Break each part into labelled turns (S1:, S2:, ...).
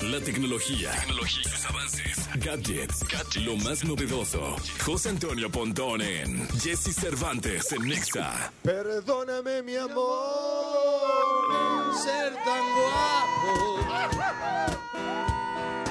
S1: La tecnología, tecnología, sus avances, gadgets, gadgets, lo más novedoso. José Antonio Pontón en Jesse Cervantes en Nexa.
S2: Perdóname, mi amor, ser tan guapo.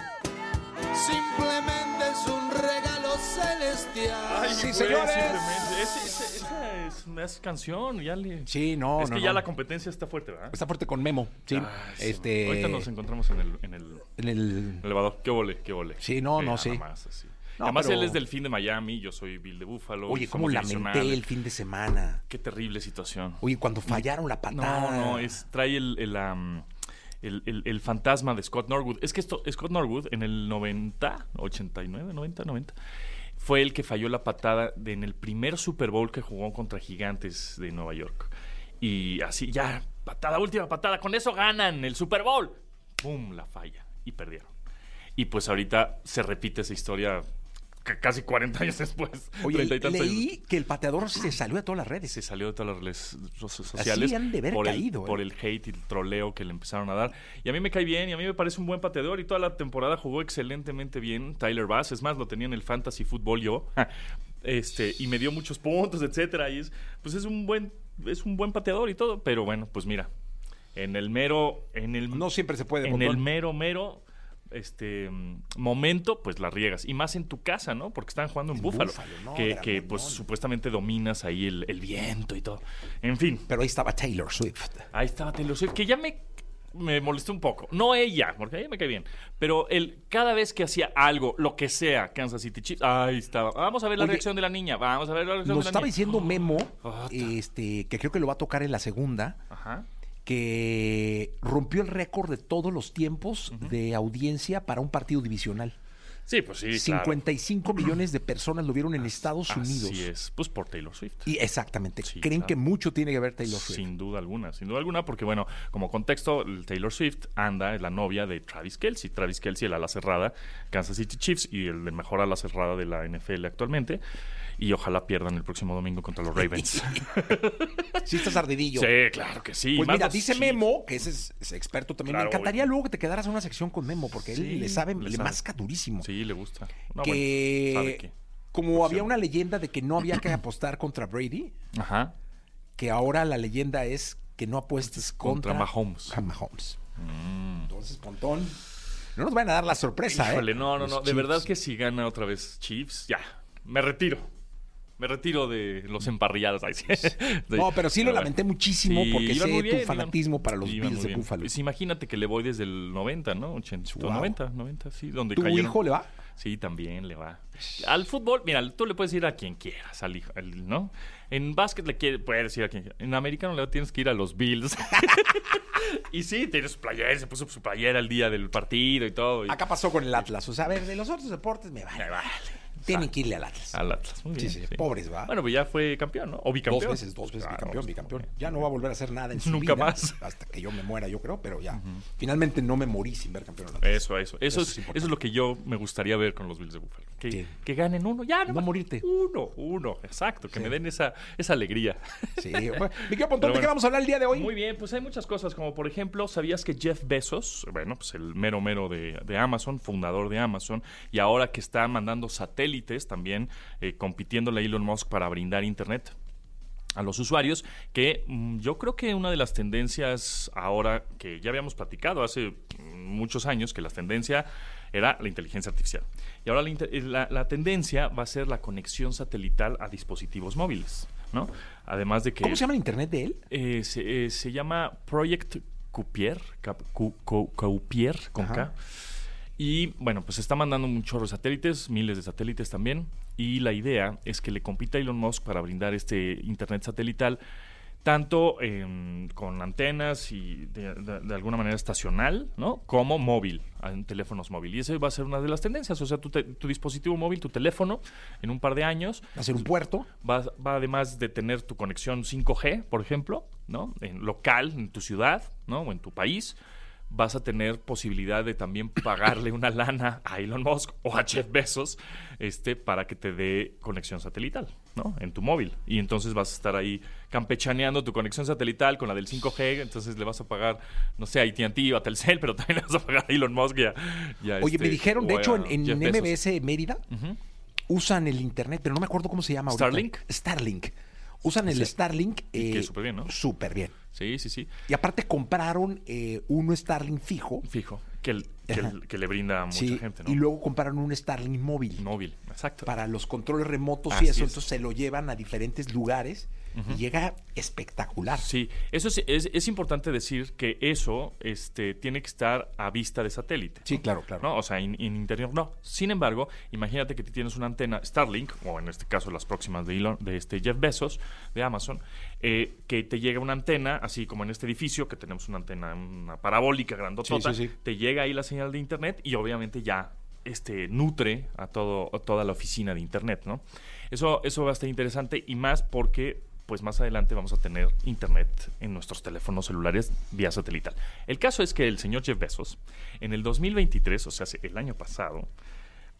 S2: Simplemente es un regalo celestial.
S3: Ay,
S4: Sí,
S3: güey,
S4: señores.
S3: simplemente. Es- es- esa es una es canción, ya le...
S4: Sí, no,
S3: es
S4: no,
S3: que ya
S4: no.
S3: la competencia está fuerte, ¿verdad?
S4: Está fuerte con Memo, sí.
S3: Ay, Ah, sí,
S4: este,
S3: Ahorita nos encontramos en el, en el
S4: en el
S3: elevador. ¿Qué vole? ¿Qué vole?
S4: Sí, no, no,
S3: nada
S4: sí.
S3: más, así.
S4: No,
S3: Además,
S4: pero-
S3: él es Delfín de Miami, yo soy Bill de Búfalo.
S4: Oye,
S3: somos
S4: cómo lamenté
S3: divisionales.
S4: el fin de semana.
S3: Qué terrible situación.
S4: Oye, cuando fallaron la
S3: no,
S4: patada.
S3: no, es, trae el, el, am, el- el- el fantasma de Scott Norwood. Es que esto, Scott Norwood en el 90, 89, 90, 90, fue el que falló la patada de- en el primer Super Bowl que jugó contra Gigantes de Nueva York. Y así, ya, patada, última patada, con eso ganan el Super Bowl. ¡Pum! La falla y perdieron. Y pues ahorita se repite esa historia c- casi 40 años después.
S4: Oye,
S3: 30 y tantos años
S4: leí que el pateador se salió de todas las redes.
S3: se salió de todas las redes so- sociales
S4: han de haber
S3: por,
S4: caído,
S3: el,
S4: ¿eh?
S3: por el hate y el troleo que le empezaron a dar. Y a mí me cae bien y a mí me parece un buen pateador y toda la temporada jugó excelentemente bien Tyler Bass. Es más, lo tenía en el fantasy fútbol yo. Este, y me dio muchos puntos, etcétera. Y es, pues es un buen, es un buen pateador y todo. Pero bueno, pues mira, en el mero, en el
S4: No siempre se puede,
S3: en el
S4: Pontón.
S3: mero mero este mm, momento pues la riegas y más en tu casa no porque están jugando en,
S4: En
S3: Búfalo,
S4: Búfalo, no,
S3: que,
S4: Ramón,
S3: que,
S4: no,
S3: pues
S4: no.
S3: supuestamente dominas ahí el, el viento y todo en fin
S4: Pero ahí estaba Taylor Swift.
S3: ahí estaba Taylor Swift que ya me me molestó un poco no ella porque a ella me cae bien pero él cada vez que hacía algo lo que sea Kansas City Chiefs ahí estaba vamos a ver la
S4: Oye,
S3: reacción de la niña vamos a ver la reacción
S4: Nos
S3: de la
S4: estaba
S3: niña
S4: diciendo Memo,
S3: Ota.
S4: este, que creo que lo va a tocar en la segunda,
S3: ajá
S4: que rompió el récord de todos los tiempos de audiencia para un partido divisional.
S3: sí pues sí claro.
S4: 55 millones de personas lo vieron en Estados Unidos.
S3: así es pues por Taylor Swift
S4: Y exactamente,
S3: Sí,
S4: creen
S3: claro.
S4: que mucho tiene que ver Taylor Swift.
S3: Sin duda alguna, sin duda alguna, porque bueno, como contexto, el Taylor Swift anda, es la novia de Travis Kelsey. Travis Kelsey, el ala cerrada, Kansas City Chiefs y el de mejor ala cerrada de la NFL actualmente. Y ojalá pierdan el próximo domingo contra los Ravens.
S4: Sí, estás ardidillo.
S3: sí, claro que sí.
S4: Pues
S3: más
S4: mira,
S3: los
S4: dice
S3: Chiefs.
S4: Memo, que ese es, es experto también.
S3: Claro,
S4: Me encantaría
S3: oye.
S4: luego que te quedaras en una sección con Memo, porque
S3: Sí,
S4: él le sabe,
S3: le
S4: le,
S3: sabe.
S4: masca durísimo.
S3: Sí, le gusta. No,
S4: que
S3: bueno, sabe que-
S4: como había una leyenda de que no había que apostar contra Brady,
S3: Ajá.
S4: que ahora la leyenda es que no apuestes contra,
S3: Contra Mahomes. Mm.
S4: a Mahomes. Entonces, Pontón, no nos van a dar la sorpresa,
S3: Híjole,
S4: ¿eh?
S3: no, no,
S4: Los
S3: no. De
S4: Chiefs.
S3: verdad que si gana otra vez Chiefs, ya. Me retiro. Me retiro de los emparrillados. Ay, sí.
S4: No, pero sí lo
S3: bueno.
S4: lamenté muchísimo porque
S3: iban
S4: sé
S3: muy
S4: tu
S3: bien, iban-
S4: fanatismo para los
S3: iban
S4: Bills
S3: muy
S4: de
S3: bien.
S4: Buffalo.
S3: Pues imagínate que le voy desde el 90, ¿no? 80,
S4: Wow.
S3: 90, 90, sí, donde
S4: ¿Tu
S3: cayeron.
S4: hijo le va?
S3: Sí, también le va. Al fútbol, mira, tú le puedes ir a quien quieras, al hijo, al- ¿no? En básquet le quiere- puedes ir a quien quieras. En americano le tienes que ir a los Bills. y sí, tienes su playera, se puso su playera el día del partido y todo. y-
S4: Acá pasó con el Atlas. O sea, a ver, de los otros deportes me
S3: Ay,
S4: vale.
S3: vale.
S4: Tienen que irle al Atlas.
S3: Al Atlas, muy
S4: Sí,
S3: bien.
S4: sí, pobres, ¿va?
S3: Bueno, pues ya fue campeón, ¿no? O bicampeón.
S4: Dos veces, dos veces
S3: Claro,
S4: bicampeón,
S3: pues,
S4: bicampeón. Ya no va a volver a hacer nada en su
S3: Nunca
S4: vida,
S3: más.
S4: Hasta que yo me muera, yo creo, pero ya. Finalmente no me morí sin ver campeón. al Atlas.
S3: Eso, eso.
S4: Eso
S3: Eso, es,
S4: es
S3: eso
S4: importante.
S3: es lo que yo me gustaría ver con los Bills de Buffalo. Que,
S4: Sí.
S3: que ganen uno, ya
S4: No
S3: nomás.
S4: morirte.
S3: Uno, uno, exacto. Que me den esa, esa alegría.
S4: Sí, bueno. Mi querido
S3: Pero
S4: Pontón, ¿de qué
S3: bueno.
S4: vamos a hablar el día de hoy?
S3: Muy bien, pues hay muchas cosas, como por ejemplo, ¿sabías que Jeff Bezos, bueno, pues el mero mero de, de Amazon, fundador de Amazon, y ahora que está mandando satélites también, eh, compitiéndole a Elon Musk para brindar internet? a los usuarios que mm, yo creo que una de las tendencias ahora que ya habíamos platicado hace mm, muchos años que la tendencia era la inteligencia artificial y ahora la, inte- eh, la- la tendencia va a ser la conexión satelital a dispositivos móviles no además de que
S4: ¿Cómo se llama el internet de él?
S3: eh, se, eh, se llama Project Cupier, Cap- Cu- Cu- Cupier, con K.
S4: Ajá.
S3: Y bueno, pues está mandando un chorro de satélites, miles de satélites también. Y la idea es que le compita a Elon Musk para brindar este internet satelital, tanto em, con antenas y de, de- de alguna manera estacional, ¿no? Como móvil, en teléfonos móvil. Y esa va a ser una de las tendencias. O sea, tu, te- tu dispositivo móvil, tu teléfono, en un par de años,
S4: Hacer un puerto.
S3: va, va además de tener tu conexión 5G, por ejemplo, ¿no? En local, en tu ciudad, ¿no? O en tu país, vas a tener posibilidad de también pagarle una lana a Elon Musk o a Jeff Bezos, este, para que te dé conexión satelital. ¿no? En tu móvil. Y entonces vas a estar ahí campechaneando tu conexión satelital con la del 5G. Entonces le vas a pagar, no sé, a AT&T o a Telcel, pero también le vas a pagar a Elon Musk y a- y a,
S4: Oye,
S3: este,
S4: me dijeron, de
S3: o a
S4: hecho, en, en
S3: Jeff Bezos.
S4: MBS Mérida usan el internet, pero no me acuerdo cómo se llama ahorita.
S3: ¿Starlink?
S4: Starlink. Usan el Starlink.
S3: Y que
S4: eh,
S3: súper bien, ¿no?
S4: Súper bien.
S3: Sí, sí, sí.
S4: Y aparte compraron eh, uno Starlink fijo.
S3: Fijo. Que, el- que, el-
S4: Ajá.
S3: que le brinda a mucha
S4: sí,
S3: gente, ¿no?
S4: Y luego compraron un Starlink móvil.
S3: Móvil, exacto.
S4: Para los controles remotos
S3: Así
S4: y eso.
S3: es.
S4: Entonces se lo llevan a diferentes lugares y llega espectacular.
S3: Sí, eso sí, es, es importante decir que eso este, tiene que estar a vista de satélite.
S4: Sí,
S3: ¿no?
S4: claro, claro.
S3: ¿No? O sea, en, en interior no. Sin embargo, imagínate que tú tienes una antena Starlink, o en este caso las próximas de, Elon- de este Jeff Bezos, de Amazon, eh, que te llega una antena, así como en este edificio, que tenemos una antena, una parabólica grandotota,
S4: Sí, sí, sí.
S3: te llega ahí la señal de internet y obviamente ya este, nutre a, todo, a toda la oficina de internet, ¿no? Eso, eso va a estar interesante y más porque pues más adelante vamos a tener internet en nuestros teléfonos celulares vía satelital. El caso es que el señor Jeff Bezos, en el 2023, o sea, hace- el año pasado,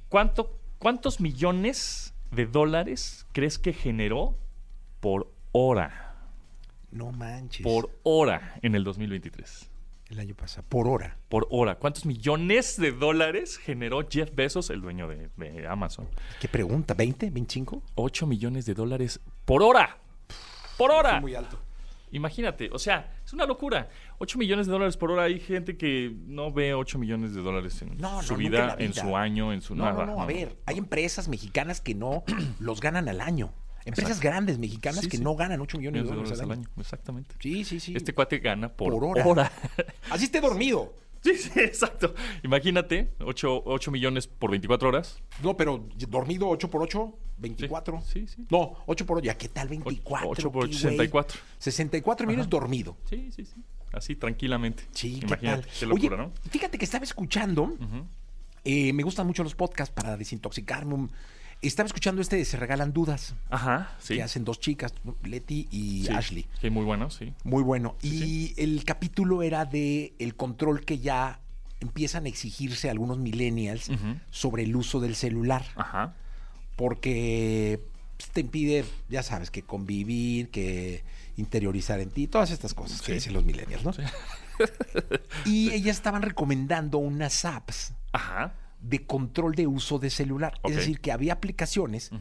S3: ¿cuánto, ¿cuántos millones de dólares crees que generó por hora?
S4: No manches.
S3: Por hora en el 2023.
S4: El año pasado. Por hora.
S3: por hora. ¿Cuántos millones de dólares generó Jeff Bezos, el dueño de, de Amazon?
S4: ¿Qué pregunta? ¿20? ¿25?
S3: 8 millones de dólares por hora. Por hora.
S2: Muy alto.
S3: Imagínate, o sea, es una locura. 8 millones de dólares por hora. Hay gente que no ve 8 millones de dólares en
S4: No, no,
S3: su
S4: nunca en la
S3: vida, en
S4: vida.
S3: su año, en su
S4: No,
S3: nada.
S4: no, no, a ver, hay empresas mexicanas que no los ganan al año. Empresas grandes mexicanas
S3: Sí,
S4: que
S3: sí.
S4: no ganan 8 millones
S3: Millones
S4: de dólares, al año.
S3: Exactamente.
S4: Sí, sí, sí.
S3: Este cuate gana por,
S4: Por hora.
S3: hora.
S4: Así esté dormido.
S3: sí, sí, exacto. Imagínate, 8, millones por 24 horas.
S4: No, pero dormido 8 por 8, 24.
S3: sí, sí.
S4: No, 8 por 8, ya qué tal 24.
S3: Ocho por
S4: qué güey.
S3: 64.
S4: 64 millones dormido.
S3: Sí, sí, sí. Así, tranquilamente.
S4: Sí, qué
S3: Imagínate,
S4: tal.
S3: qué locura,
S4: Oye,
S3: ¿no?
S4: Fíjate que estaba escuchando, eh, me gustan mucho los podcasts para desintoxicarme. un- Estaba escuchando este de Se Regalan Dudas,
S3: Ajá, sí.
S4: que hacen dos chicas, Leti y
S3: Sí,
S4: Ashley.
S3: Sí, muy bueno, sí.
S4: Muy bueno. y el capítulo era de el control que ya empiezan a exigirse algunos millennials
S3: Ujú. Ah.
S4: sobre el uso del celular.
S3: Ajá.
S4: Porque pues, te impide, ya sabes, que convivir, que interiorizar en ti, todas estas cosas que dicen los millennials, ¿no? y ellas estaban recomendando unas apps
S3: Ajá.
S4: de control de uso de celular.
S3: Ok.
S4: Es decir, que había aplicaciones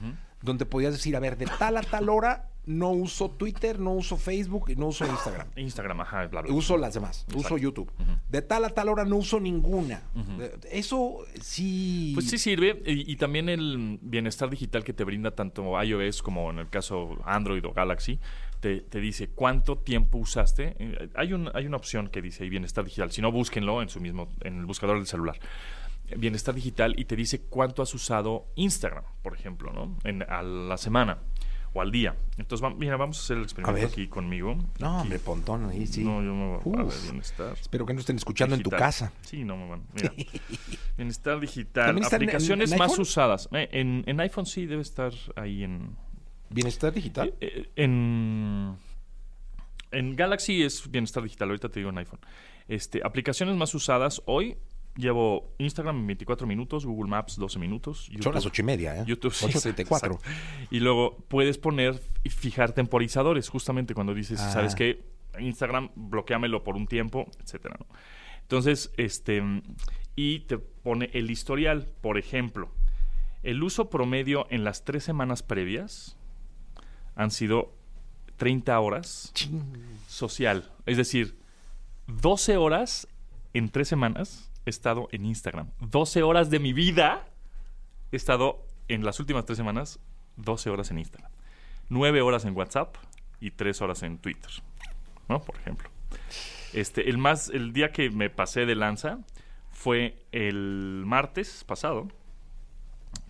S4: donde podías decir, a ver, de tal a tal hora no uso Twitter, no uso Facebook y no uso Instagram.
S3: Instagram, ajá, bla, bla.
S4: Uso las demás, uso YouTube. De tal a tal hora no uso ninguna. Eh, Eso sí.
S3: Pues sí sirve y, y también el bienestar digital que te brinda tanto iOS como en el caso Android o Galaxy te, te dice cuánto tiempo usaste. Eh, Hay, un, hay una opción que dice ahí bienestar digital, si no búsquenlo en su mismo en el buscador del celular. Eh, Bienestar digital y te dice cuánto has usado Instagram, por ejemplo, ¿no? En, a la semana o al día. Entonces, va- mira, vamos a hacer el experimento
S4: ver.
S3: aquí conmigo.
S4: No,
S3: Aquí.
S4: hombre, pontón ahí sí.
S3: No, yo no voy a
S4: Uf.
S3: ver bienestar.
S4: Espero que no estén escuchando en tu
S3: digital.
S4: casa.
S3: Sí, no, bueno, mira. Bienestar digital.
S4: ¿También está en- en-
S3: Aplicaciones
S4: en
S3: más
S4: iPhone?
S3: usadas. Eh, en, en iPhone sí debe estar ahí en.
S4: Bienestar digital.
S3: eh, En. En Galaxy es bienestar digital, ahorita te digo en iPhone. Este, aplicaciones más usadas hoy. Llevo Instagram en 24 minutos, Google Maps 12 minutos.
S4: Son las
S3: YouTube-
S4: ocho y media, ¿eh?
S3: YouTube sí,
S4: 8.34.
S3: exacto. Y luego puedes poner y fijar temporizadores, justamente cuando dices,
S4: Ah.
S3: ¿sabes qué? Instagram, bloqueamelo por un tiempo, etcétera. ¿no? Entonces, este. Y te pone el historial, por ejemplo. El uso promedio en las tres semanas previas han sido 30 horas
S4: Ching.
S3: social. Es decir, 12 horas en tres semanas he estado en Instagram. 12 horas de mi vida he estado en las últimas tres semanas, 12 horas en Instagram. 9 horas en WhatsApp y 3 horas en Twitter. ¿No? Por ejemplo. Este, el más, el día que me pasé de lanza fue el martes pasado.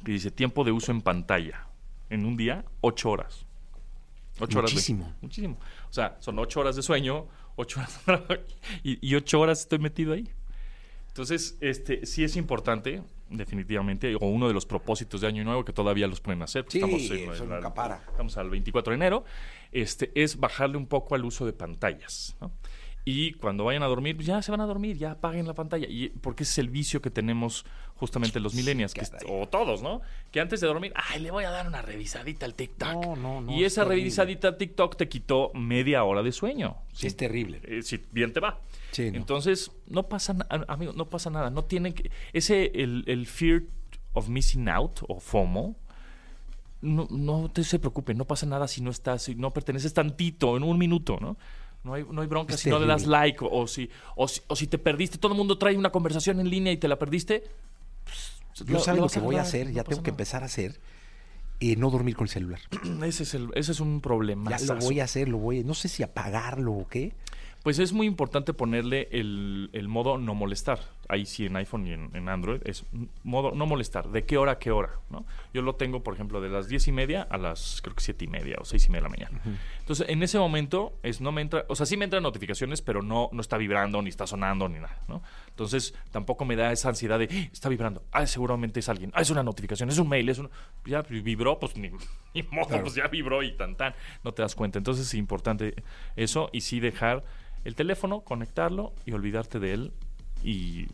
S3: Que dice tiempo de uso en pantalla. En un día, 8 horas. 8 horas. de-
S4: Muchísimo.
S3: muchísimo. O sea, son 8 horas de sueño, 8 horas de trabajo y, y 8 horas estoy metido ahí. Entonces, este, sí es importante, definitivamente, o uno de los propósitos de Año Nuevo que todavía los pueden hacer. pues,
S4: Sí,
S3: en
S4: eso
S3: la-
S4: nunca para.
S3: estamos al 24 de enero, este, es bajarle un poco al uso de pantallas. ¿no? y cuando vayan a dormir, pues ya se van a dormir, ya apaguen la pantalla. Y, porque ese es el vicio que tenemos justamente los millennials, que-
S4: caray.
S3: o todos, ¿no? Que antes de dormir, ay, le voy a dar una revisadita al TikTok.
S4: No, no, no,
S3: Y
S4: es
S3: esa
S4: terrible.
S3: revisadita al TikTok te quitó media hora de sueño.
S4: Sí, es terrible.
S3: Eh, si bien te va.
S4: Sí, no.
S3: Entonces, no pasa nada, amigo, no pasa nada. No tienen que. Ese, el, el fear of missing out o FOMO. No, no te se preocupe, no pasa nada si no estás, si no perteneces tantito, en un minuto, ¿no? No hay, no hay bronca
S4: Es
S3: si no le das
S4: terrible.
S3: like o, o si, o, si, o si te perdiste. Todo el mundo trae una conversación en línea y te la perdiste. pues,
S4: Yo sabes lo
S3: vas
S4: que voy a
S3: agarrar,
S4: hacer,
S3: no
S4: ya
S3: pasa
S4: tengo que
S3: nada.
S4: empezar a hacer, eh, no dormir con el celular.
S3: Ese es, el- ese es un problema.
S4: Ya lo voy a hacer, lo voy a, no sé si apagarlo o qué.
S3: Pues es muy importante ponerle el, el modo no molestar. Ahí sí en iPhone y en, en Android es m- modo no molestar. ¿De qué hora a qué hora? ¿no? Yo lo tengo, por ejemplo, de las diez y media a las creo que siete y media o seis y media de la mañana. Entonces, en ese momento es no me entra, o sea, sí me entran notificaciones, pero no, no está vibrando, ni está sonando, ni nada, ¿no? Entonces, tampoco me da esa ansiedad de "Ah, está vibrando. Ah, seguramente es alguien. Ah, es una notificación, es un mail, es un ya vibró, pues ni, ni modo, pues ya vibró y tan tan. No te das cuenta. Entonces es importante eso y sí dejar el teléfono, conectarlo y olvidarte de él. Y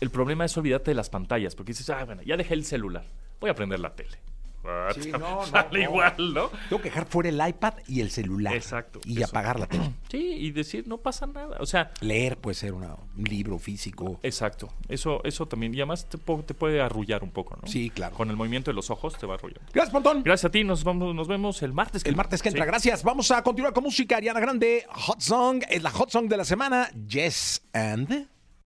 S3: el problema es olvidarte de las pantallas, porque dices, ah, bueno, ya dejé el celular, voy a prender la tele. Ah,
S4: Sí, no, no,
S3: sale
S4: no.
S3: igual, ¿no?
S4: Tengo que dejar fuera el iPad y el celular.
S3: Exacto,
S4: Y
S3: eso.
S4: apagar la tele.
S3: Sí, y decir, no pasa nada. O sea,
S4: Leer puede ser una- un libro físico.
S3: exacto. Eso, eso también. Y además te, po- te puede arrullar un poco, ¿no?
S4: Sí, claro.
S3: Con el movimiento de los ojos te va arrullando.
S4: Gracias, Pontón.
S3: Gracias a ti, nos vamos, nos vemos el martes.
S4: El martes que entra,
S3: Sí.
S4: gracias. Vamos a continuar con música. Ariana Grande, Hot Song. Es la Hot Song de la semana. Yes and...